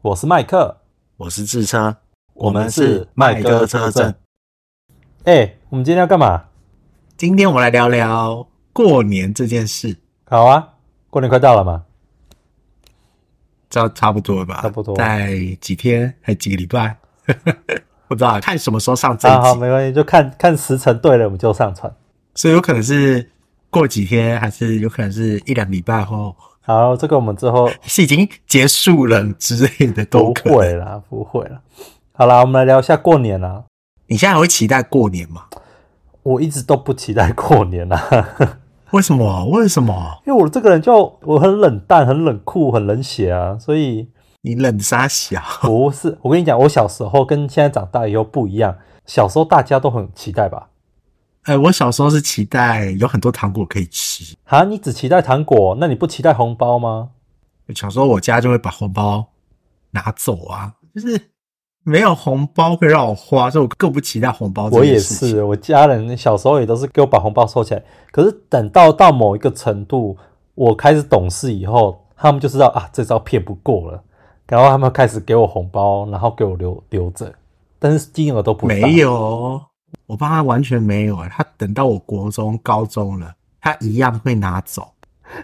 我是麦克，我是智车，我们是麦哥车震。哎、我们今天要干嘛？今天我们来聊聊过年这件事，好啊，过年快到了嘛，这样差不多了吧？差不多在几天还几个礼拜， 不知道看什么时候上这啊好，一集，没关系，就看看时辰对了，我们就上传。所以有可能是过几天，还是有可能是一两礼拜后，好，这个我们之 后是已经结束了之类的都不可能。会啦，不会啦。好啦，我们来聊一下过年啦。你现在还会期待过年吗？我一直都不期待过年啦，为什么？为什么？ 因为我这个人就我很冷淡、很冷酷、很冷血啊，所以 你冷杀小？不是，我跟你讲，我小时候跟现在长大以后不一样。小时候大家都很期待吧？呃，我小时候是期待有很多糖果可以吃，啊，你只期待糖果，那你不期待红包吗？小时候我家就会把红包拿走啊，就是没有红包可以让我花，所以我更不期待红包这我也件事情。是，我家人小时候也都是给我把红包收起来。可是等到到某一个程度，我开始懂事以后，他们就知道啊，这招骗不过了，然后他们开始给我红包，然后给我留留着，但是金额都不大没 有，我爸他完全没有啊，他等到我国中、高中了，他一样会拿走。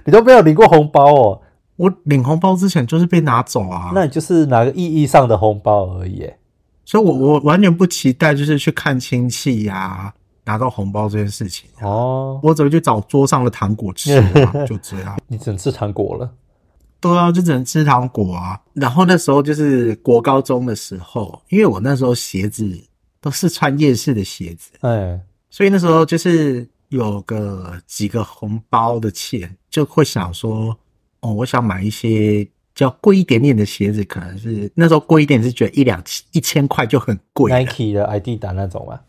你都没有领过红包哦，我领红包之前就是被拿走啊，那你就是拿个意义上的红包而已耶。所以我我完全不期待就是去看亲戚呀、拿到红包这件事情。哦，我只会去找桌上的糖果吃、 啊，就这样。你只能吃糖果了。对啊，就只能吃糖果啊。然后那时候就是国高中的时候，因为我那时候鞋子都是穿夜市的鞋子，哎，所以那时候就是有个几个红包的钱，就会想说，哦，我想买一些比较贵一点点的鞋子，可能是那时候贵一点是觉得一两一千块就很贵了 Nike 的 Adidas 那种啊嘛。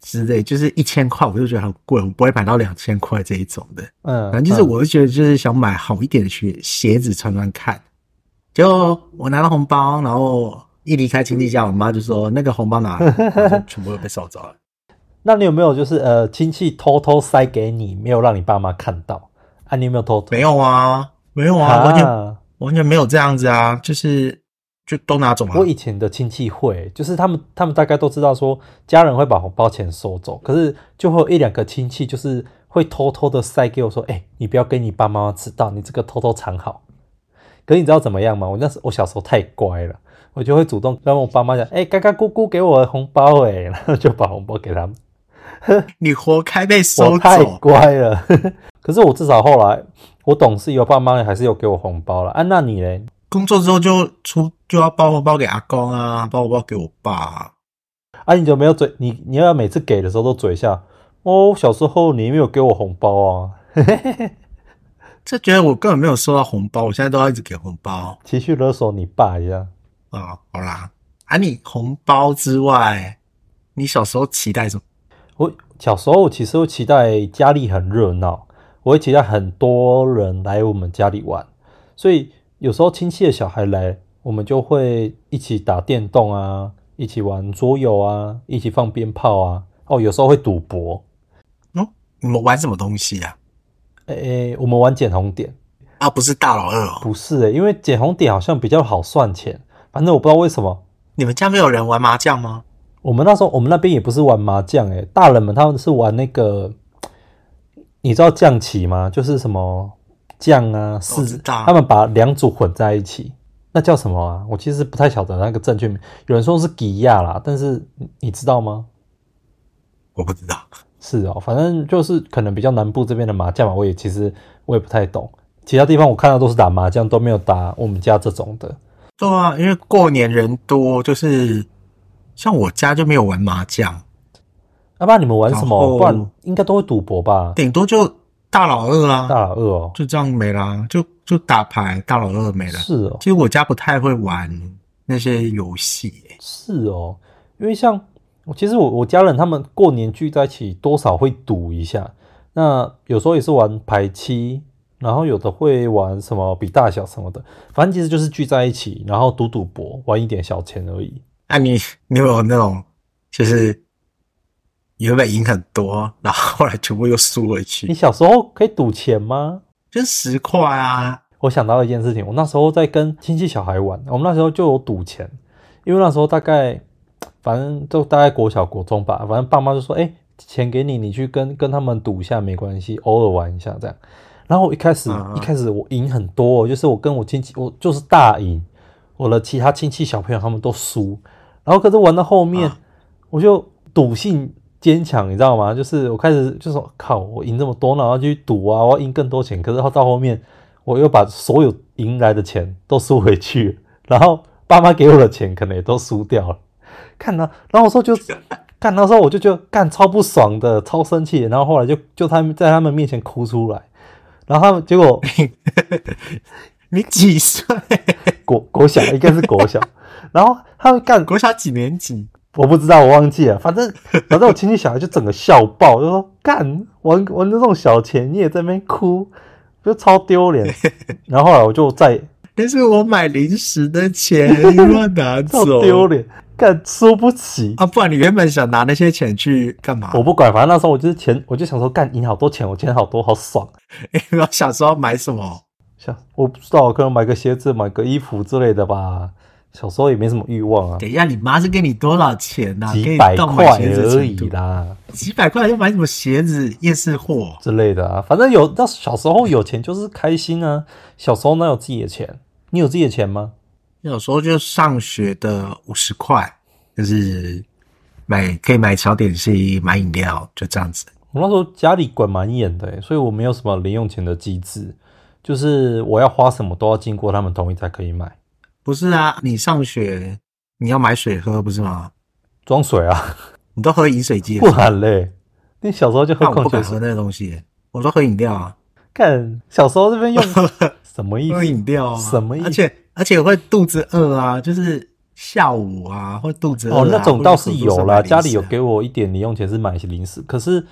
之类，就是一千块我就觉得很贵，我不会买到两千块这一种的。嗯，反正就是嗯啊我就觉得就是想买好一点的鞋鞋子穿穿看。结果我拿到红包，然后一离开亲戚家，我妈就说那个红包 拿来，然后就全部都被收走了。那你有没有就是呃亲戚偷偷塞给你，没有让你爸妈看到啊？你有没有偷偷？没有啊，没有啊，完全啊，完全没有这样子啊，就是就都拿走了、我以前的亲戚会，就是他们他们大概都知道说家人会把红包钱收走，可是就会有一两个亲戚就是会偷偷的塞给我说，哎、你不要给你爸妈知道，你这个偷偷藏好。可是你知道怎么样吗？我那时我小时候太乖了，我就会主动跟我爸妈讲，哎、嘎嘎姑姑给我的红包哎、 然后就把红包给他们。你活该被收我太走。乖了。 可是我至少后来我懂事以后，爸妈还是有给我红包了。啊，那你嘞？工作之后就出就要包红包给阿公啊，包红包给我爸啊、啊，你就没有嘴？你你要每次给的时候都嘴一下哦。小时候你没有给我红包啊，这觉得我根本没有收到红包，我现在都要一直给红包情绪勒索你爸一样。啊。好啦，啊，你红包之外，你小时候期待什么？我小时候其实会期待家里很热闹，我会期待很多人来我们家里玩，所以有时候亲戚的小孩来，我们就会一起打电动啊，一起玩桌游啊，一起放鞭炮啊。哦，有时候会赌博，哦你们玩什么东西啊？诶、我们玩捡红点，啊，不是大老二哦，不是诶、因为捡红点好像比较好算钱。反正我不知道为什么，你们家没有人玩麻将吗？我们那时候我们那边也不是玩麻将诶、大人们他们是玩那个，你知道象棋吗？就是什么将啊，我知四，道他们把两组混在一起，那叫什么啊？我其实不太晓得那个正确名，有人说是吉亚啦，但是你你知道吗？我不知道。是哦，反正就是可能比较南部这边的麻将嘛，我也其实我也不太懂，其他地方我看到都是打麻将，都没有打我们家这种的。对啊，因为过年人多，就是像我家就没有玩麻将，要、啊不然你们玩什然么？后不然应该都会赌博吧？顶多就大老二啊，大老二哦，就这样没啦，就就打牌，大老二没了。是哦其，实我家不太会玩那些游戏、欸是哦，因为像我其实我我家人他们过年聚在一起，多少会赌一下。那有时候也是玩牌七，然后有的会玩什么比大小什么的，反正其实就是聚在一起，然后赌赌博，玩一点小钱而已。啊你，你有没有那种就是原本赢很多，然后后来全部又输回你去，小时候可以赌钱吗？就十块啊，我想到一件事情，我那时候在跟亲戚小孩玩，我们那时候就有赌钱，因为那时候大概反正就大概国小国中吧，反正爸妈就说，哎、钱给你，你去跟跟他们赌一下没关系，偶尔玩一下这样。然后我一开始、啊一开始我赢很多、哦，就是我跟我亲戚，我就是大赢，我的其他亲戚小朋友他们都输。然后可是玩到后面，啊我就赌性坚强，你知道吗？就是我开始就说靠，我赢这么多，然后就去赌啊，我要赢更多钱。可是到后面，我又把所有赢来的钱都输回去，然后爸妈给我的钱可能也都输掉了。 看到，然后我说就干，那时候我就觉得干超不爽的，超生气的。然后后来就就他们在他们面前哭出来，然后他们结果你几岁？ 国国小应该是国小， 然后他们干国小几年级？我不知道，我忘记了。反正反正我亲戚小孩就整个笑爆，就说干玩玩这种小钱你也在那边哭，就超丢脸。然后后来我就再那是我买零食的钱，你乱拿超走，丢脸，干输不起。啊！不然你原本想拿那些钱去干嘛？我不管，反正那时候我就是钱，我就想说干赢好多钱，我钱好多，好爽。 我小时候买什么？像我不知道，可能买个鞋子、买个衣服之类的吧。小时候也没什么欲望啊，等一下，你妈是给你多少钱呐、啊？几百块给你到买鞋子而的程已度，啦。几百块就买什么鞋子、夜市货？之类的啊。反正有，那小时候有钱就是开心啊。小时候哪有自己的钱？你有自己的钱吗？有时候就上学的五十块，就是买可以买小点心、买饮料，就这样子。我那时候家里管蛮严的欸、所以我没有什么零用钱的机制，就是我要花什么都要经过他们同意才可以买。不是啊，你上学你要买水喝不是吗？装水啊，你都喝饮水机不的，然嘞，你小时候就喝那我矿不泉敢水，喝那个东西，我都喝饮料啊，看小时候这边 用什么意喝思？饮料啊，什么意思而且而且会肚子饿啊，就是下午啊会肚子饿、啊、哦，那种倒是有啦，或者口头上买零食家啊里有给我一点零用钱是买零食，可是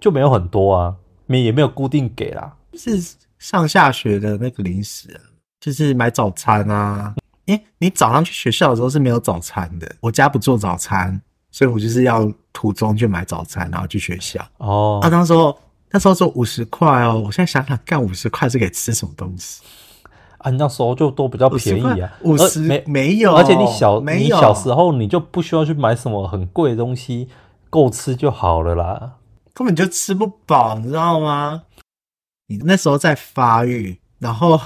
就没有很多啊，没也没有固定给啦。是上下学的那个零食啊，就是买早餐啊。诶、你早上去学校的时候是没有早餐的，我家不做早餐，所以我就是要途中去买早餐，然后去学校。哦啊，，那时候那时候只有五十块哦，我现在想想，干五十块是给吃什么东西？啊，你那时候就都比较五十便宜块啊，，五而十没没有，而且你小没你有小时候你就不需要去买什么很贵的东西，够吃就好了啦。根本就吃不饱，你知道吗？你那时候在发育，然后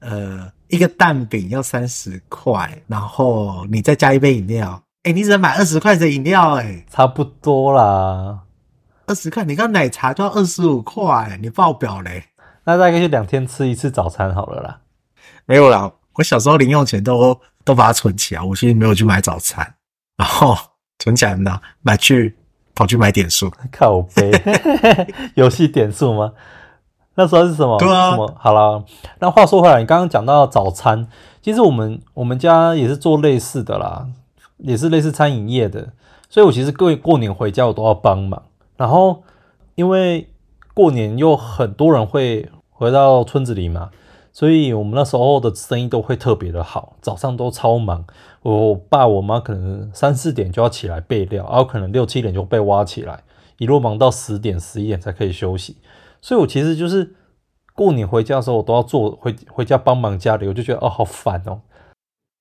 呃，一个蛋饼要三十块，然后你再加一杯饮料，哎、你只能买二十块的饮料、哎，差不多啦，二十块，你刚奶茶就要二十五块，你爆表嘞！那大概就两天吃一次早餐好了啦。没有啦，我小时候零用钱都都把它存起来，我其实没有去买早餐，然后存起来呢，买去跑去买点数， 靠背，游戏点数吗？那时候是什么？对啊什么？好啦，那话说回来，你刚刚讲到早餐，其实我们我们家也是做类似的啦，也是类似餐饮业的，所以我其实过过年回家我都要帮忙。然后因为过年又很多人会回到村子里嘛，所以我们那时候的生意都会特别的好，早上都超忙。我爸我妈可能三四点就要起来备料，然后可能六七点就被挖起来，一路忙到十点十一点才可以休息。所以我其实就是过年回家的时候，我都要做回回家帮忙家里，我就觉得哦好烦哦。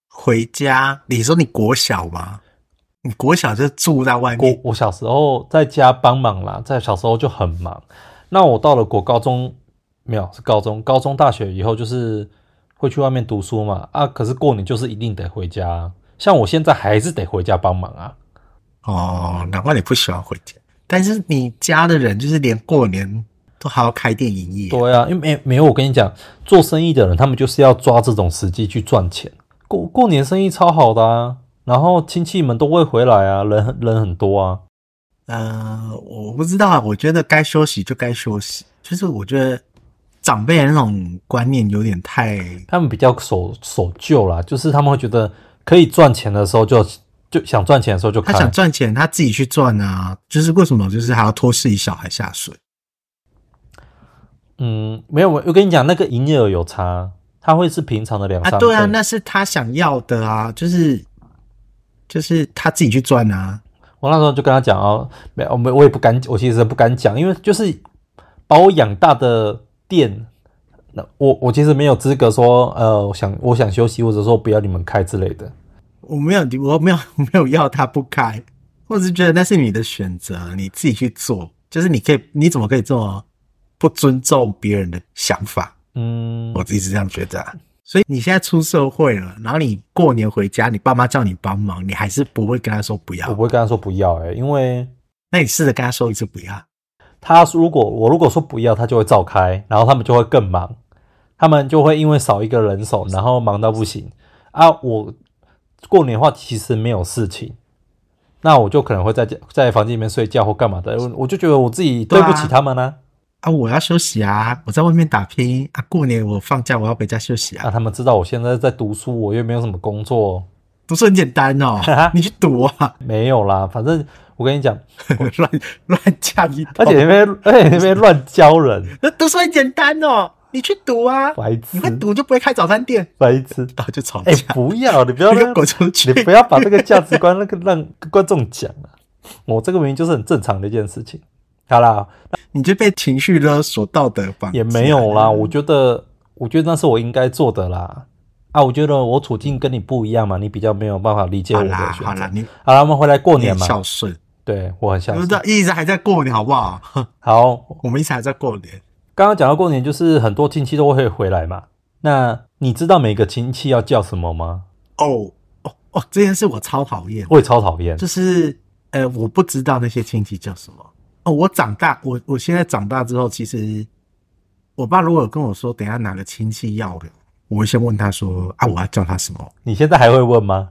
回家，你说你国小吗？你国小就住在外国面，我小时候在家帮忙啦，在小时候就很忙。那我到了国高中没有是高中，高中大学以后就是会去外面读书嘛啊，可是过年就是一定得回家啊，像我现在还是得回家帮忙啊。哦，难怪你不喜欢回家。但是你家的人就是连过年都还要开店营业，对啊，因为没没有我跟你讲，做生意的人他们就是要抓这种时机去赚钱。过过年生意超好的啊，然后亲戚们都会回来啊，人很人很多啊。呃，我不知道，我觉得该休息就该休息，就是我觉得长辈的那种观念有点太，他们比较守守旧啦，就是他们会觉得可以赚钱的时候就就想赚钱的时候就他想开。赚钱他自己去赚啊，就是为什么就是还要拖自己小孩下水？嗯，没有，我我跟你讲，那个营业额有差，它会是平常的两啊三，倍。对啊，那是他想要的啊，就是就是他自己去赚啊，我那时候就跟他讲啊，没，我没，我也不敢，我其实不敢讲，因为就是把我养大的店，那我我其实没有资格说，呃，我想我想休息，或者说不要你们开之类的。我没有，我没有，我没有要他不开，我只是觉得那是你的选择，你自己去做。就是你可以，你怎么可以这么不尊重别人的想法？嗯，我一直这样觉得啊、所以你现在出社会了，然后你过年回家，你爸妈叫你帮忙，你还是不会跟他说不我要不。会跟他说不要、欸，因为那你试着跟他说一次不要。他如果我如果说不要，他就会照开，然后他们就会更忙，他们就会因为少一个人手，然后忙到不行啊。我过年的话其实没有事情，那我就可能会在家在房间里面睡觉或干嘛的，我我就觉得我自己对不起他们呢、啊，我要休息啊，我在外面打拼啊，过年我放假我要回家休息让、啊，他们知道我现在在读书，我又没有什么工作，读书很简单哦，你去读啊，没有啦，反正我跟你讲，乱乱讲一而通，且你 边而且你边乱教人，那读书很简单哦，你去读啊，白你痴会读就不会开早餐店，白痴，然后就吵嗯哎、架，不要你不要 你那就样滚出去你，不要把这个价值观那个让观众讲啊！我这个明明就是很正常的一件事情。好啦，你就被情绪勒索道德绑架也没有啊啦，我觉得，我觉得那是我应该做的啦。啊，我觉得我处境跟你不一样嘛，你比较没有办法理解我好的啦选择。好啦，你好啦，我们回来过你年很嘛。孝顺，对我很孝不顺知。道一直还在过年好不好？ 好，我们一直还在过年，刚刚讲到过年，就是很多亲戚都会回来嘛。那你知道每个亲戚要叫什么吗？哦哦哦，这件事我超讨厌，我也超讨厌。就是呃，我不知道那些亲戚叫什么。哦，我长大，我我现在长大之后，其实我爸如果有跟我说，等一下哪个亲戚要了，我会先问他说啊，我要叫他什么？你现在还会问吗？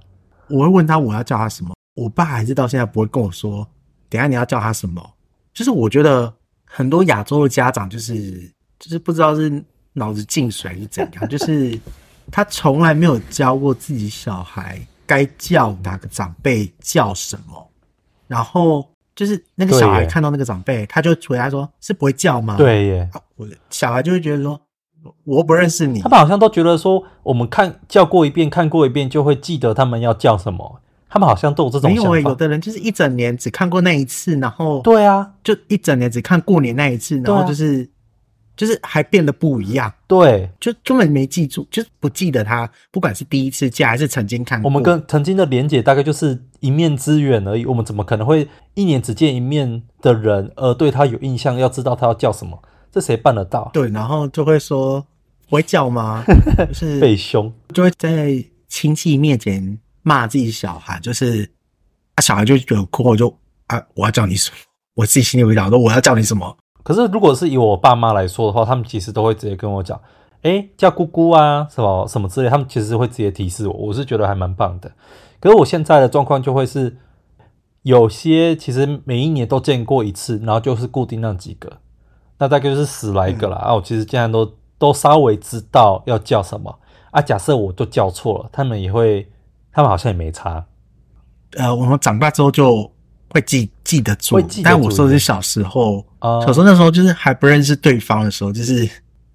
我会问他我要叫他什么。我爸还是到现在不会跟我说，等一下你要叫他什么。就是我觉得很多亚洲的家长就是就是不知道是脑子进水还是怎样， 就是他从来没有教过自己小孩该叫哪个长辈叫什么，然后就是那个小对孩耶看到那个长辈，他就回答说是不会叫吗？对耶，啊，我的小孩就会觉得说我我不认识你他，们好像都觉得说，我们看叫过一遍，看过一遍就会记得他们要叫什么。他们好像都有这种没想有法。欸有的人就是一整年只看过那一次，然后对啊，就一整年只看过年那一次，对然啊后就是、就是还变得不一样，对，就根本没记住，就是不记得他，不管是第一次见还是曾经看过。我们跟曾经的连结大概就是一面之缘而已。我们怎么可能会一年只见一面的人，而对他有印象，要知道他要叫什么？这谁办得到啊？对，然后就会说不会 叫吗？就是被凶，就会在亲戚面前骂自己小孩，就是啊小孩就有哭，我就啊我要叫你什么，我自己心里会想说我要叫你什么，可是如果是以我爸妈来说的话，他们其实都会直接跟我讲，哎，叫姑姑啊，什么什么之类，他们其实会直接提示我，我是觉得还蛮棒的。可是我现在的状况就会是，有些其实每一年都见过一次，然后就是固定那几个，那大概就是十来个啦。嗯啊，我其实现在都都稍微知道要叫什么啊。假设我就叫错了，他们也会，他们好像也没差。呃，我们长大之后就会记记得住，会记得但我住说的对是小时候，哦小时候那时候就是还不认识对方的时候，就是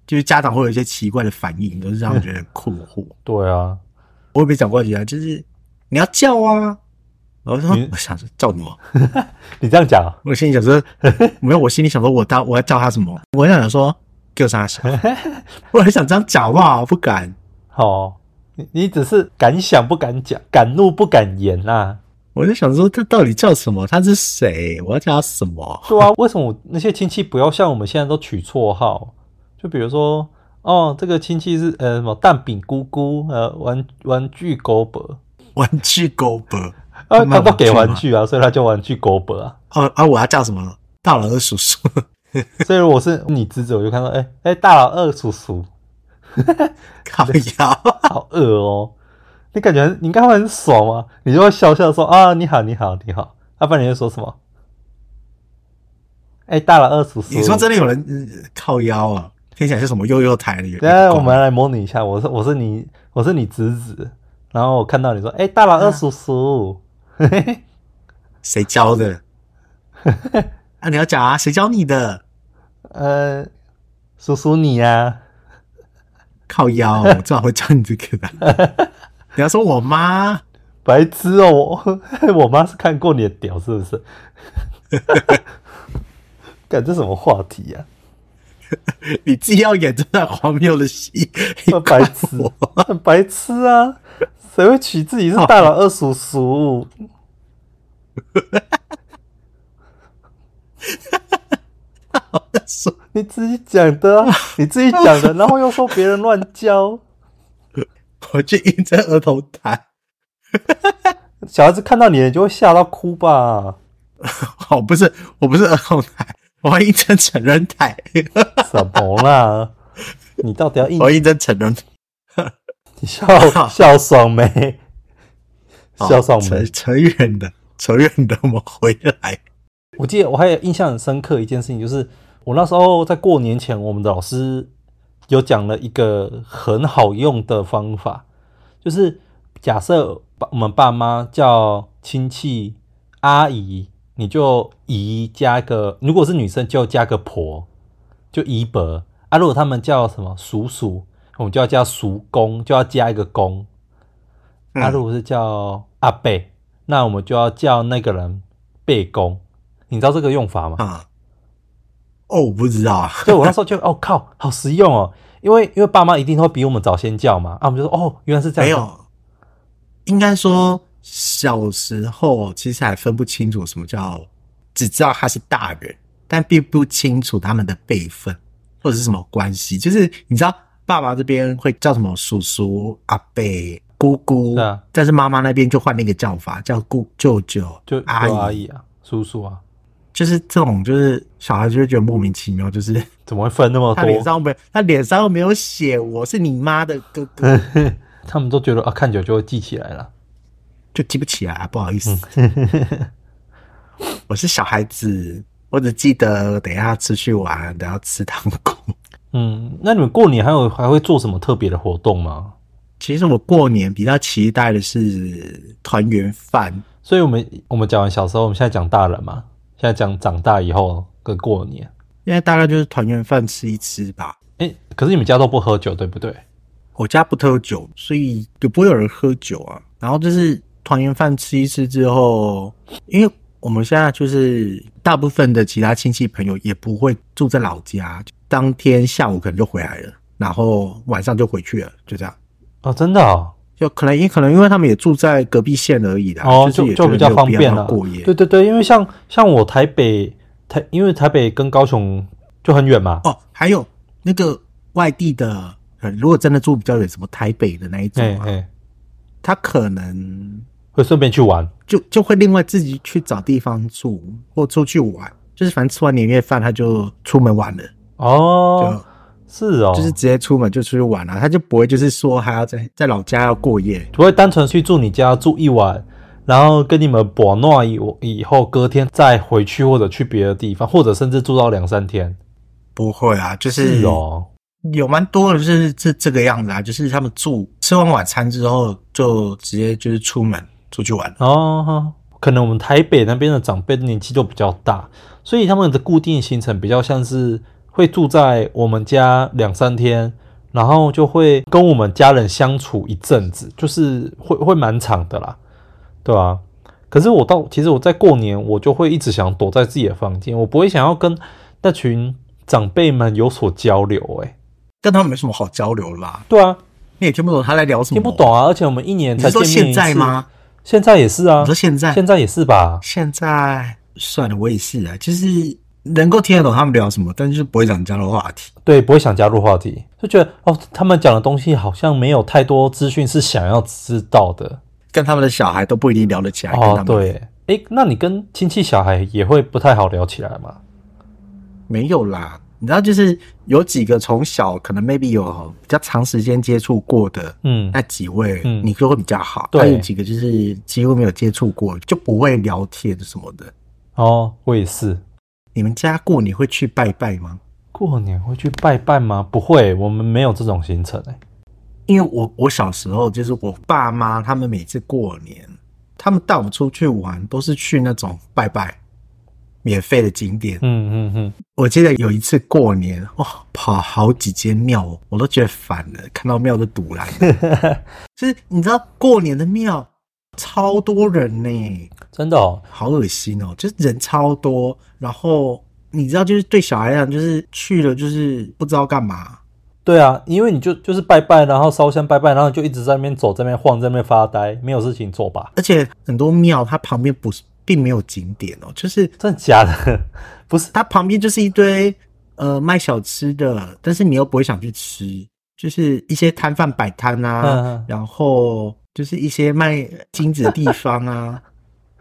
就是家长会有一些奇怪的反应，都是让我觉得很困惑。对啊，我也没讲过其他，就是你要叫啊，然后说你我想说叫什么，你这样讲啊，我心里想说没有，我心里想说我当我要叫他什么，我想说给我啥小，我很想这样讲好不好？不敢，好、哦你你只是敢想不敢讲，敢怒不敢言呐、啊。我就想说他到底叫什么？他是谁？我要叫他什么？对啊，为什么我那些亲戚不要像我们现在都取绰号？就比如说，哦，这个亲戚是呃什么蛋饼姑姑，呃玩玩具狗伯，玩具狗本。啊，卖他都给玩具玩吗具啊， 所以他叫玩具狗伯啊。哦啊，我要叫什么？大老二叔叔。所以我是你侄子，我就看到，哎、哎、大佬二叔叔，靠腰，好恶哦、你感觉你应该会很爽吗？你就会笑笑说啊，你好，你好，你好。啊要、不然你会说什么？哎、大佬二叔叔，你说真的有人、嗯靠腰啊？听起来是什么悠悠台的员 等一下工啊我们来模拟一下，我是我是你我是你侄子，然后我看到你说，哎、大佬二叔叔，嘿嘿嘿谁教的？啊，你要讲啊，谁教你的？ 呃，叔叔你啊呀、靠腰，我正好会教你这个的。 你要说我妈，白痴哦、我 我妈是看过你的 屌是不是？感这什么话题呀、啊你自己要演这段荒谬的戏，很白痴，很白痴啊！谁会取自己是大佬二叔叔？好说你自己讲的、啊，你自己讲的，然后又说别人乱教。我去应征儿童台，小孩子看到你了就会吓到哭吧？哦，不是，我不是儿童台，我要应征成人台，什么啦？你到底要应我要应征成人你笑笑爽没？哦笑爽没扯？扯远的，扯远的，我们回来。我记得我还有印象很深刻一件事情，就是我那时候在过年前，我们的老师有讲了一个很好用的方法，就是假设爸我们爸妈叫亲戚阿姨，你就姨加个，如果是女生就加个婆，就姨伯啊；如果他们叫什么叔叔，我们就要叫叔公，就要加一个公。啊，嗯如果是叫阿贝，那我们就要叫那个人贝公。你知道这个用法吗？啊，哦，我不知道啊，所以我那时候就哦靠，好实用哦，因为因为爸妈一定会比我们早先叫嘛，啊，我们就说哦，原来是这样，没，有，应该说小时候其实还分不清楚什么叫，只知道他是大人，但并不清楚他们的辈分或者是什么关系。就是你知道爸爸这边会叫什么叔叔、阿伯、姑姑，对啊但是妈妈那边就换了一个叫法，叫姑舅舅、就阿就阿姨，姨啊，叔叔啊，就是这种，就是小孩就会觉得莫名其妙，就是怎么会分那么他脸多？上没有他脸上又没有写我是你妈的哥哥，他们都觉得啊，看久就会记起来了。就记不起来、啊，不好意思。 我是小孩子，我只记得等一下出去玩，等一下吃糖果。 嗯，那你们过年还有还会做什么特别的活动吗？其实我过年比较期待的是团圆饭，所以我们我们讲完小时候，我们现在讲大人嘛，现在讲长大以后跟过年。因为大概就是团圆饭吃一吃吧。哎、可是你们家都不喝酒，对不对？我家不喝酒，所以也不会有人喝酒啊。然后就是团圆饭吃一吃之后，因为我们现在就是大部分的其他亲戚朋友也不会住在老家，当天下午可能就回来了，然后晚上就回去了，就这样。哦，真的哦，就可能也可能因为他们也住在隔壁县而已啦，哦，是就也就觉比得较没有方必要便要了。过夜。对对对，因为像像我台北台，因为台北跟高雄就很远嘛。哦，还有那个外地的，呃如果真的住比较远，什么台北的那一种哎啊，哎，他可能会顺便去玩。就就会另外自己去找地方住或出去玩，就是反正吃完年夜饭他就出门玩了，哦，是哦，就就是直接出门就出去玩了、他就不会就是说还要在在老家要过夜。不会单纯去住你家住一晚，然后跟你们玩弄以以后隔天再回去或者去别的地方，或者甚至住到两三天。不会啊，就是是哦，有蛮多的是这这个样子啊，就是他们住吃完晚餐之后就直接就是出门出去玩了。哦，可能我们台北那边的长辈年纪都比较大，所以他们的固定行程比较像是会住在我们家两三天，然后就会跟我们家人相处一阵子，就是会会蛮长的啦，对吧、可是我到其实我在过年，我就会一直想躲在自己的房间，我不会想要跟那群长辈们有所交流、欸。但他们没什么好交流啦、对啊，你也听不懂他在聊什么，听不。懂啊，而且我们一年嗯你才是说见面一现在次。吗？现在也是啊你，说现在？现在也是吧？现在算了，我也是啊，就是能够听得懂他们聊什么，但是不会讲交流话题。对，不会想加入话题，就觉得哦，他们讲的东西好像没有太多资讯是想要知道的跟他们的小孩都不一定聊得起来。跟哦他。们对，诶，那你跟亲戚小孩也会不太好聊起来吗？没有啦。你知道，就是有几个从小可能 maybe 有比较长时间接触过的嗯那几位，嗯你就会比较好。对还有几个就是几乎没有接触过，就不会聊天什么的。哦，我也是。你们家过年会去拜拜吗？过年会去拜拜吗？不会，我们没有这种行程诶。因为我我小时候就是我爸妈他们每次过年，他们带我出去玩都是去那种拜拜免费的景点。嗯嗯嗯，我记得有一次过年，哇、跑好几间庙哦，我都觉得烦了，看到庙就堵来了。就是你知道过年的庙超多人呢、真的哦，好恶心哦，就是人超多，然后。你知道，就是对小孩来讲，就是去了就是不知道干嘛。对啊，因为你就就是拜拜，然后烧香拜拜，然后就一直在那边走，在那边晃，在那边发呆，没有事情做吧？而且很多庙它旁边不是并没有景点哦，就是真的假的？不是它旁边就是一堆呃卖小吃的，但是你又不会想去吃，就是一些摊贩摆摊 啊，嗯嗯然后就是一些卖金子的地方啊。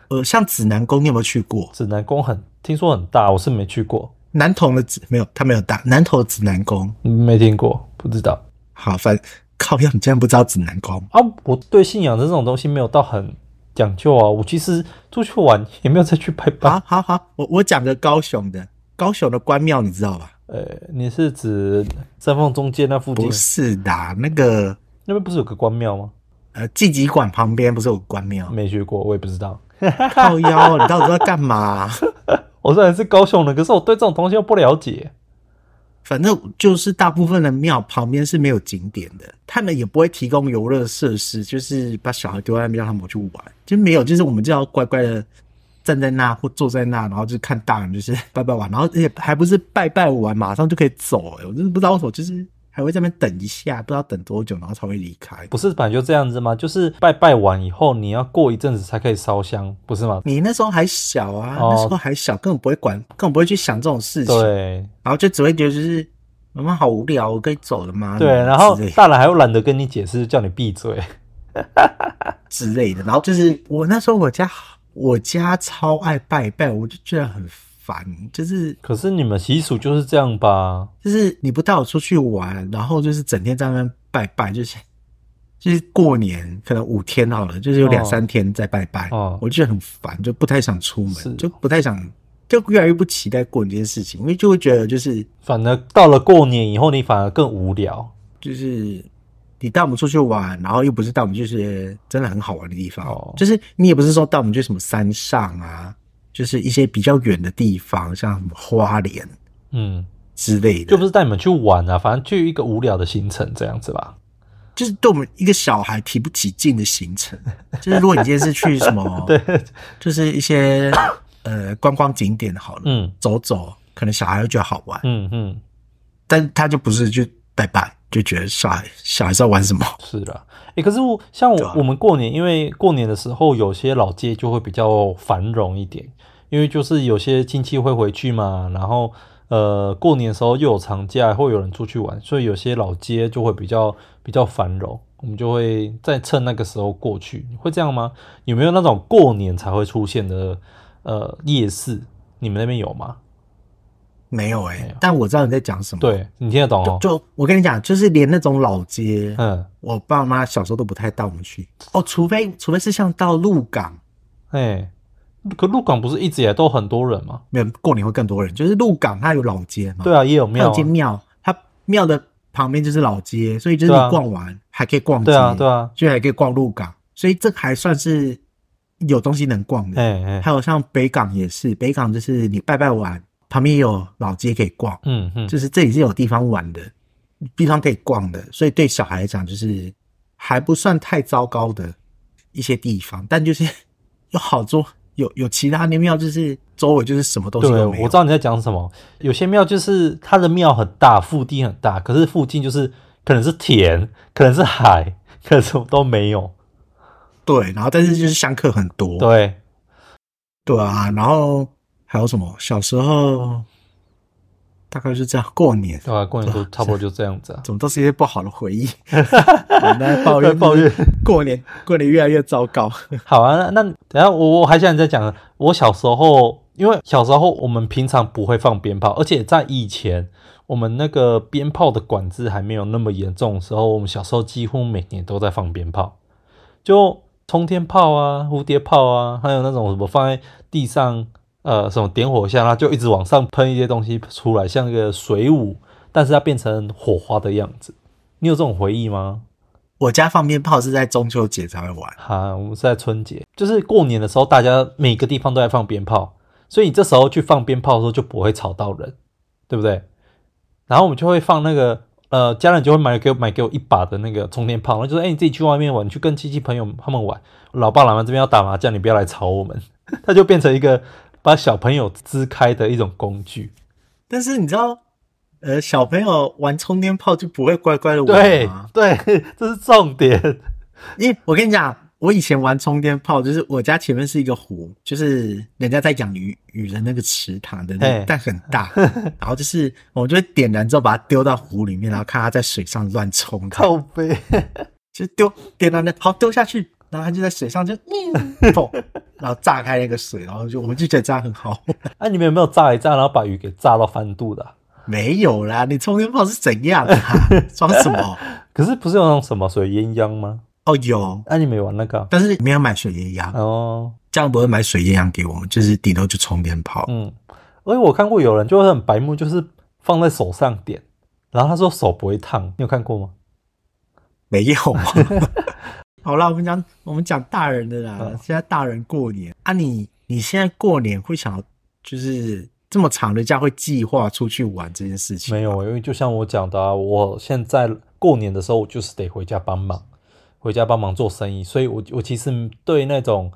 呃，像指南宫，你有没有去过？指南宫很听说很大，我是没去过，南投的指没有，它没有大，南投的指南宫。没听过，不知道好，反靠要你竟然不知道指南宫？啊。我对信仰的这种东西没有到很讲究啊。我其实出去玩也没有再去拜拜。好好好，我我讲个高雄的，高雄的关庙你知道吧？呃，你是指三凤中街那附近不是的，那个那边不是有个关庙吗？呃季集馆旁边不是有关庙？ 没去过，我也不知道。靠腰，你到底在干嘛、 我虽然是高雄人，可是我对这种东西又不了解。反正就是大部分的庙旁边是没有景点的，他们也不会提供游乐设施，就是把小孩丢在那边让他们去玩，就没有，就是我们就要乖乖的站在那或坐在那，然后就看大人就是拜拜完，然后而且还不是拜拜完马上就可以走、欸，我真的不知道为什么，就是还会在那边等一下，不知道等多久，然后才会离开。不是本来就这样子吗？就是拜拜完以后，你要过一阵子才可以烧香，不是吗？你那时候还小啊，哦那时候还小，根本不会管，根本不会去想这种事情，对然后就只会觉得就是妈妈好无聊，我可以走了吗？对，然后之类的大人还又懒得跟你解释，叫你闭嘴。之类的。然后就是我那时候我家我家超爱拜拜，我就觉得很烦，就是可是你们习俗就是这样吧？就是你不带我出去玩，然后就是整天在那边拜拜，就是。就是过年可能五天好了，就是有两哦三天在拜拜，哦我就觉得很烦，就不太想出是门，就不太想，就越来越不期待过年这件事情，因为就会觉得就是反而到了过年以后，你反而更无聊。就是你带我们出去玩，然后又不是带我们去些真的很好玩的地方，哦就是你也不是说带我们去什么山上啊，就是一些比较远的地方，像什么花莲嗯，之类的，就不是带你们去玩啊，反正去一个无聊的行程这样子吧。就是对我们一个小孩提不起劲的行程。就是如果你今天是去什 ，么对，就是一些呃观光景点好了，嗯走走，可能小孩会觉得好玩，嗯嗯，但他就不是去拜拜，就觉得小孩小孩是要玩什么。是啦。诶、可是我像我、对啊我们过年，因为过年的时候有些老街就会比较繁荣一点，因为就是有些亲戚会回去嘛，然后呃过年的时候又有长假，会有人出去玩，所以有些老街就会比较比较繁荣，我们就会再趁那个时候过去，会这样吗？有没有那种过年才会出现的呃夜市？你们那边有吗？没有哎、没有但我知道你在讲什么。对你听得懂哦？就我跟你讲，就是连那种老街，嗯，我爸妈小时候都不太带我们去哦，除非除非是像到鹿港，哎、可鹿港不是一直以来都很多人吗？没有过年会更多人，就是鹿港它有老街嘛，对啊，也有它庙、有啊间，庙，它庙的旁边就是老街，所以就是对啊你逛完、还可以逛街，对啊，对啊，所以还可以逛鹿港，所以这还算是有东西能逛的。哎哎，还有像北港也是，北港就是你拜拜完旁边也有老街可以逛，嗯嗯，就是这里是有地方玩的，地方可以逛的，所以对小孩来讲就是还不算太糟糕的一些地方，但就是 有好多有有其他的庙，就是周围就是什么东西对，都我没知有。道你在讲什么。有些庙就是它的庙很大，腹地很大，可是附近就是可能是田，可能是海，可能什么都没有。对，然后但是就是香客很多，对，对啊，然后还有什么？小时候大概是这样，过年哦对啊，过年都差不多就这样子啊。怎么都是一些不好的 回忆，我们在抱怨在抱怨过年，过年越来越糟糕。好啊，那那等一下我我还想再讲，我小时候，因为小时候我们平常不会放鞭炮，而且在以前我们那个鞭炮的管制还没有那么严重的时候，我们小时候几乎每年都在放鞭炮，就冲天炮啊、蝴蝶炮啊，还有那种什么放在地上，呃，什么点火下，它就一直往上喷一些东西出来，像一个水舞，但是它变成火花的样子。你有这种回忆吗？我家放鞭炮是在中秋节才会玩。哈，我们是在春节，就是过年的时候，大家每个地方都在放鞭炮，所以你这时候去放鞭炮的时候就不会吵到人，对不对？然后我们就会放那个，呃，家人就会买给我买给我一把的那个充电炮，然后就说，哎、你自己去外面玩，你去跟亲戚朋友他们玩，老爸老妈这边要打 麻将，你不要来吵我们，它就变成一个把小朋友支开的一种工具。但是你知道，呃，小朋友玩充电炮就不会乖乖的玩对吗？对，这是重点。因为我跟你讲，我以前玩充电炮，就是我家前面是一个湖，就是人家在养鱼鱼的那个池塘的那嘿，但很大，然后就是我们就会点燃之后把它丢到湖里面，然后看它在水上乱冲，靠背， 就丢点燃的，好丢下去，然后它就在水上就 嗯砰，然后炸开那个水，然后就我们就觉得这样很好。哎、你们有没有炸一炸，然后把鱼给炸到翻肚的啊、没有啦，你充电炮是怎样啊？装什么？可是不是有那种什么水鸳鸯吗？哦，有，哎、你们有玩那个啊、但是没有买水烟枪，哦，这样不会买水烟枪给我们，就是顶多就充电炮。嗯，而且我看过有人就是很白目，就是放在手上点，然后他说手不会烫，你有看过吗？没有啊。 好啦，我们讲我们讲大人的啦。嗯现在大人过年啊你，你现在过年会想要就是这么长的假会计划出去玩这件事情？没有，因为就像我讲的、啊，我现在过年的时候，我就是得回家帮忙，回家帮忙做生意，所以我我其实对那种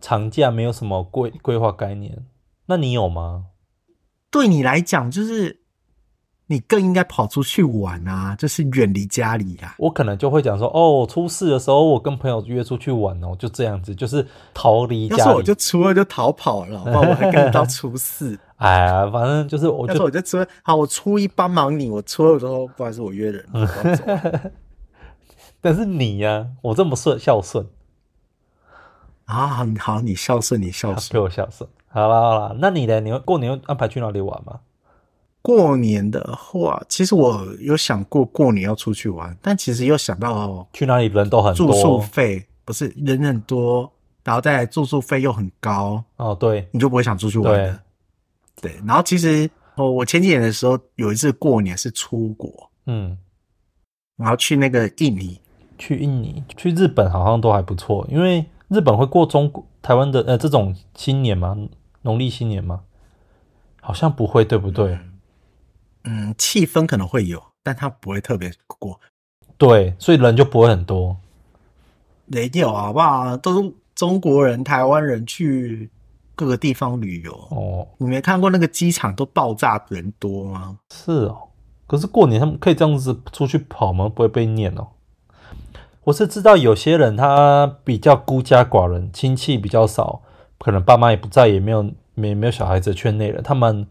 长假没有什么规规划概念。那你有吗？对你来讲，就是你更应该跑出去玩啊，就是远离家里啊。我可能就会讲说，哦，出事的时候我跟朋友约出去玩哦，就这样子，就是逃离要是家我里就。初二就逃 跑了，好不好？我还跟你到初四。哎呀，反正就是我要是我就就初二，好，我初一帮忙你，我初二我就说不好意思，我约人 了，我要走了但是你呀、我这么顺孝顺，啊。你好，你孝顺，你孝顺。给我孝顺。好啦好啦，那你呢？你会过年会安排去哪里玩吗？过年的话，其实我有想过过年要出去玩，但其实又想到哦去哪里人都很多住宿费不是人很多，然后再来住宿费又很高，哦，对你就不会想出去玩对了。，对，然后其实哦，我前几年的时候有一次过年是出国，嗯。然后去那个印尼，去印尼、去日本好像都还不错，因为日本会过中国台湾的呃这种新年吗？农历新年吗？好像不会，对不对？嗯，气氛可能会有，但它不会特别过，对，所以人就不会很多。没有好不好？都是中国人、台湾人去各个地方旅游，哦，你没看过那个机场都爆炸人多吗？是哦。可是过年他们可以这样子出去跑吗？不会被念哦。我是知道有些人他比较孤家寡人，亲戚比较少，可能爸妈也不在，也没有没没有小孩子圈内人，他们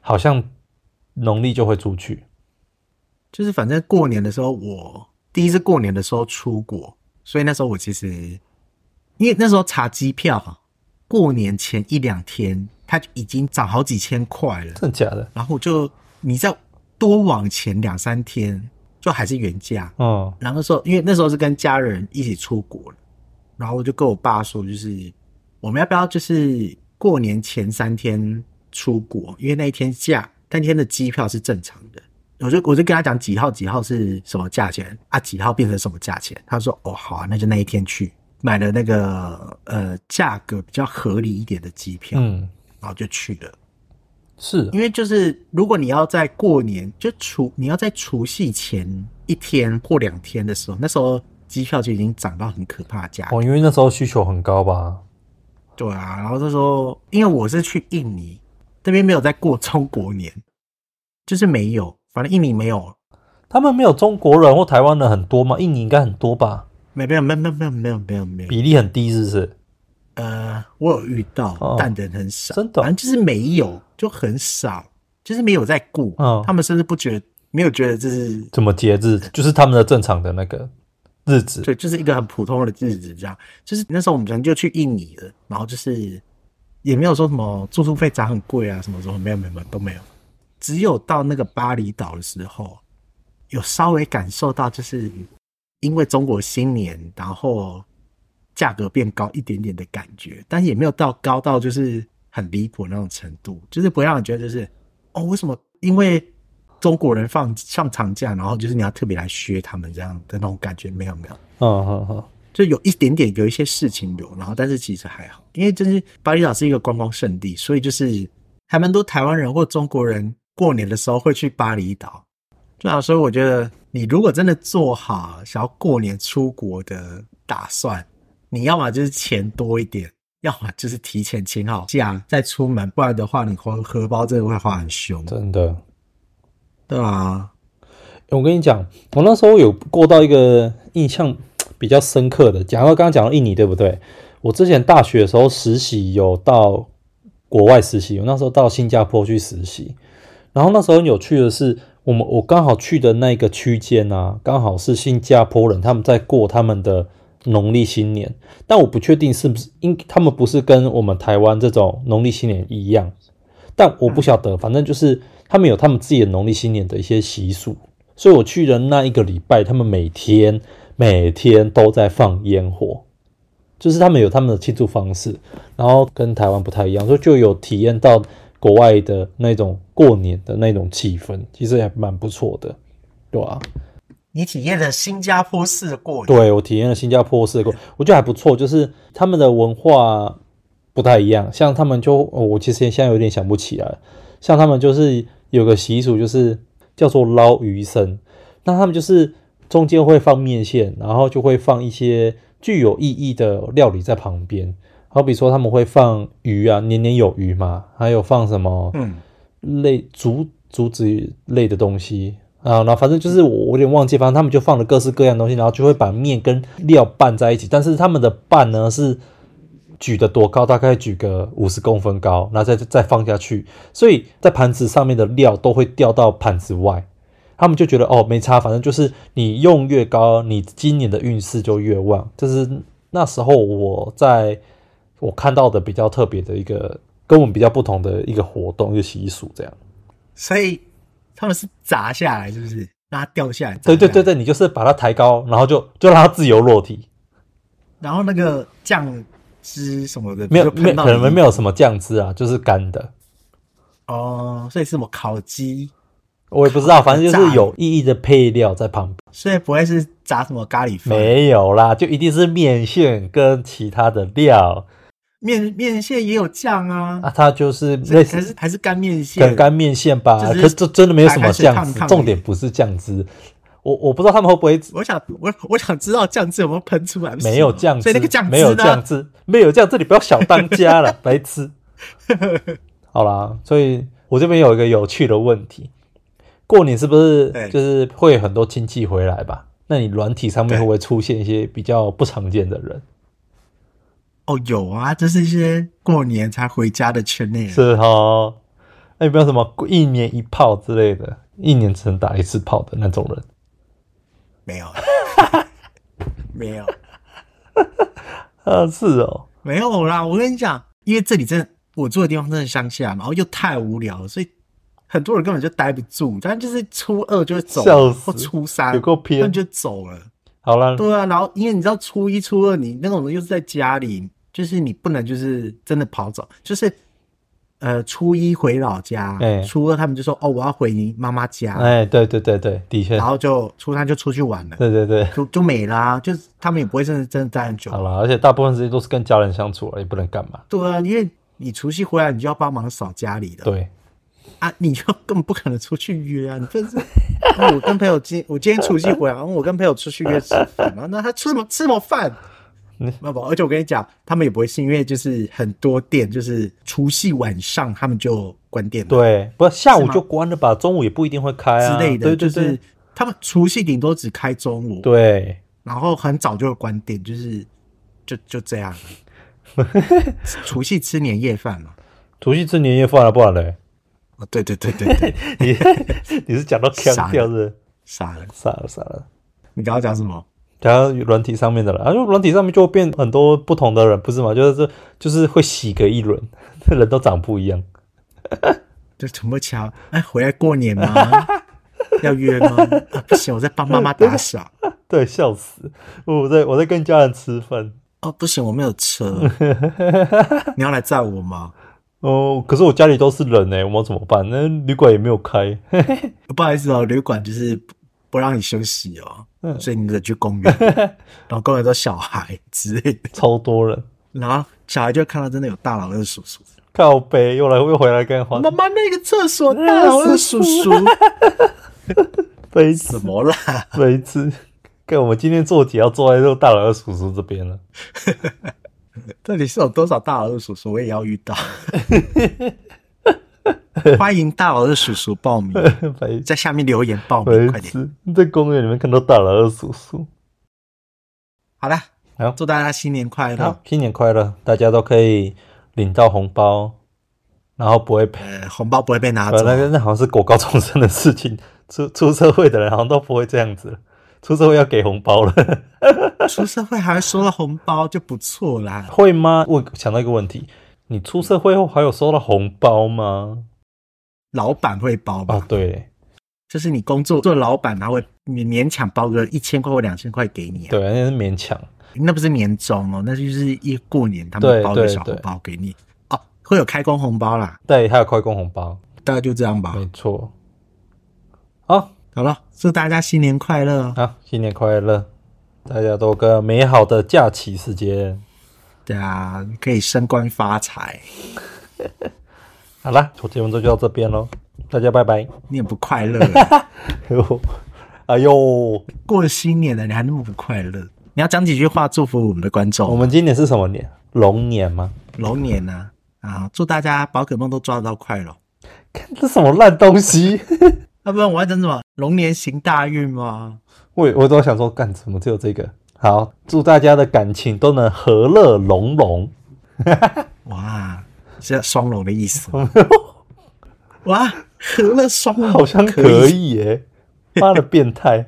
好像农历就会出去。就是反正过年的时候我，第一次过年的时候出国，所以那时候我其实因为那时候查机票嘛，过年前一两天它就已经涨好几千块了，真的假的？然后我就你再多往前两三天，就还是原价。嗯，然后那时候因为那时候是跟家人一起出国了，然后我就跟我爸说，就是我们要不要就是过年前三天出国，因为那一天假那天的机票是正常的。我就我就跟他讲几号几号是什么价钱啊，几号变成什么价钱。他说哦好啊，那就那一天去买了那个呃价格比较合理一点的机票，嗯，然后就去了。是啊因为就是如果你要在过年，就除你要在除夕前一天或两天的时候，那时候机票就已经涨到很可怕的价格。哦，因为那时候需求很高吧？对啊，然后他说，因为我是去印尼，这边没有在过中国年，就是没有，反正印尼没有，他们没有中国人或台湾人很多吗？印尼应该很多吧？没没有没有没有没有没有没有没有，比例很低，是不是？呃，我有遇到，哦但人很少，真的哦反正就是没有，就很少，就是没有在过，哦他们甚至不觉得，没有觉得这是怎么节日？就是他们的正常的那个日子。对，就是一个很普通的日子，这样。就是那时候我们可能就去印尼了，然后就是也没有说什么住宿费涨很贵啊，什么什么没有没有没有都没有。只有到那个巴厘岛的时候，有稍微感受到，就是因为中国新年，然后价格变高一点点的感觉，但也没有到高到就是很离谱那种程度，就是不会让人觉得就是哦，为什么因为中国人放上长假，然后就是你要特别来削他们这样的那种感觉，没有没有。嗯哼哼，就有一点点有一些事情有，然后但是其实还好，因为就是巴厘岛是一个观光胜地，所以就是还蛮多台湾人或中国人过年的时候会去巴厘岛。对啊，所以我觉得你如果真的做好想要过年出国的打算，你要么就是钱多一点，要么就是提前请好假再出门，不然的话你荷荷包真的会花很凶。真的。对啊，我跟你讲，我那时候有过到一个印象比较深刻的，讲到刚刚讲到印尼，对不对？我之前大学的时候实习有到国外实习，我那时候到新加坡去实习，然后那时候很有趣的是，我们我刚好去的那个区间啊，刚好是新加坡人他们在过他们的农历新年，但我不确定是不是因他们不是跟我们台湾这种农历新年一样，但我不晓得，反正就是他们有他们自己的农历新年的一些习俗，所以我去的那一个礼拜，他们每天每天都在放烟火，就是他们有他们的庆祝方式，然后跟台湾不太一样，所以就有体验到国外的那种过年的那种气氛，其实也蛮不错的，对吧、你体验了新加坡式的过年，对我体验了新加坡式的过，我觉得还不错，就是他们的文化不太一样，像他们就、哦我其实现在有点想不起来了，像他们就是有个习俗，就是叫做捞鱼生，那他们就是中间会放面线，然后就会放一些具有意义的料理在旁边，好比说他们会放鱼啊，年年有余嘛，还有放什么嗯，类竹竹子类的东西啊，然后反正就是我我有点忘记，反正他们就放了各式各样的东西，然后就会把面跟料拌在一起，但是他们的拌呢是举得多高，大概举个五十公分高，然后再再放下去，所以在盘子上面的料都会掉到盘子外。他们就觉得哦没差，反正就是你用越高，你今年的运势就越旺。这是那时候我在我看到的比较特别的一个，跟我们比较不同的一个活动，一个习俗这样。所以他们是砸下来，是不是？让它掉下来。对对对对。对，你就是把它抬高，然后就就让它自由落体，然后那个酱汁什么的，没有就没碰有到可能你没有什么酱汁啊，就是干的。哦，所以是什么烤鸡，我也不知 道，反正就炸是的有意义的配料在旁边，所以不会是炸什么咖喱饭。没有啦，就一定是面线跟其他的料面面线也有酱啊，啊，它就是类还似是还是干面线，干干面线吧，就是可是这真的没有什么白开酱水汁烫，烫重点不是酱汁，我我不知道他们会不会我想我我想知道酱汁有没有喷出来，不是吗没有酱汁所以那个酱汁呢没有酱汁，没有酱汁，你不要小当家了， 白痴。好啦，所以我这边有一个有趣的问题：过年是不是对就是会有很多亲戚回来吧？那你软体上面会不会出现一些比较不常见的人？哦，有啊，这是一些过年才回家的圈内人，是哈？那有没有什么一年一炮之类的，一年只能打一次炮的那种人？没有，没有，啊，是哦，没有啦。我跟你讲，因为这里真的我住的地方真的乡下嘛，然后又太无聊了，所以很多人根本就待不住。但就是初二就会走笑了，死或初三有够他们偏。就走了。好啦，对啊，然后因为你知道初一、初二你那种又是在家里，就是你不能就是真的跑走，就是呃初一回老家，哎初二他们就说哦我要回你妈妈家，哎，对对对对，的确然，后就初三就出去玩了，对对对。就就没啦、就是他们也不会真的真的待很久。好啦，而且大部分时间都是跟家人相处了，也不能干嘛。对啊，因为你除夕回来你就要帮忙扫家里的，对，啊，你就根本不可能出去约啊，你真是。 哦我跟朋友今我今天除夕回来，然后我跟朋友出去约吃饭，然后那他吃什么吃什么饭？嗯不不，而且我跟你讲，他们也不会信，因为就是很多店就是除夕晚上他们就关店了，对，不下午吗就关了吧，中午也不一定会开啊之类的，对对就是对他们除夕顶多只开中午，对，然后很早就有关店，就是就就 这样。除夕吃年夜饭嘛，除夕吃年夜饭了，啊不然嘞，哦，对对对对对， 你你是讲到腔调是傻了，傻了傻了，你刚刚讲什么？讲到软体上面的了，然后软体上面就会变很多不同的人，不是吗？就是就是会洗个一轮， 人都长不一样。就全部敲，哎，回来过年 吗？要约吗？啊、不行，我在帮妈妈打扫。对，笑死！我在我在跟家人吃饭， 哦，不行，我没有车。 你要来载我吗？哦，可是我家里都是人呢、欸我们怎么办？那旅馆也没有开， 不好意思哦，旅馆就是不不让你休息哦，所以你得去公 园，然后公园都小孩之类的，超多人，然后小孩就看到真的有大佬跟叔叔，靠北又来又回来跟黄妈妈那个厕所大佬跟 叔叔飞 怎么啦？ 每一次，看我们今天做节要坐在这个大佬的叔叔这边了。这里是有多少大老二叔叔，我也要遇 到。欢迎大老二叔叔报名，白在下面留言报名，快白点。痴！你在公园里面看到大老二叔叔。好啦，好祝大家新年快乐好。，新年快乐！大家都可以领到红包，然后不会 被……呃，红包不会被拿呃，走，那个那好像是国高中生的事情，出出社会的人好像都不会这样子了。出社会要给红包了，出社会还收到红包就不错啦。会吗？我想到一个问题，你出社会后还有收到红包吗？老板会包吧？啊，对就是你工作做老板，他会勉勉强包个一千块或两千块给你、啊，对，那是勉强。那不是年终哦，那就是一过年他对们包个对小红对包给你哦，会有开工红包啦，对，还有快工红包，大概就这样吧。没错。好，好了，祝大家新年快乐哦！好，新年快乐！大家都有个美好的假期时间。对啊，可以升官发财，好啦，我节目就到这边喽，大家拜拜。 你也不快乐啊，呦，哎呦，过了新年了你还那么不快乐？你要讲几句话祝福我们的观众。我们今年是什么年？龙年吗？龙年呢、啊，祝大家宝可梦都抓得到快乐。看这什么烂东西！ 要、不然我要讲什么？龙年行大运吗？我我都想说，干怎么只有这个？好，祝大家的感情都能和乐融融。哇，是要双龙的意 思吗？哇，和乐双 龙好像可可以。以耶、妈的变态！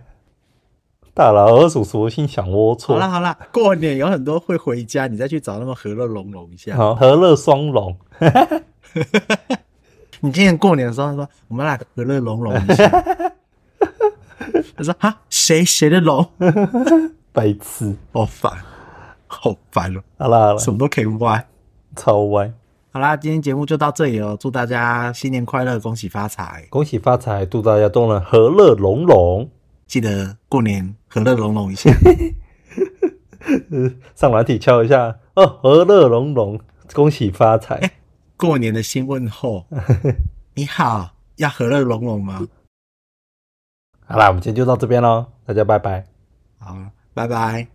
大老二叔叔心想龌好龊啦。好啦，过年有很多会回家，你再去找他们和乐融融一下。好，和乐双龙。你今年过年的时候他说，我们来和乐融融一 下。他说哈，谁谁的龙？白痴。好烦，好烦哦，好啦好啦，什么都可以歪。超歪，好啦，今天节目就到这里了，祝大家新年快乐，恭喜发财！恭喜发财，祝大家都能和乐融融。记得过年和乐融融一 下。呃上软体敲一下哦，和乐融融，恭喜发哎财。过年的新问 候，你好，要和乐融融吗？好啦，我们今天就到这边喽，大家拜拜。好，拜拜。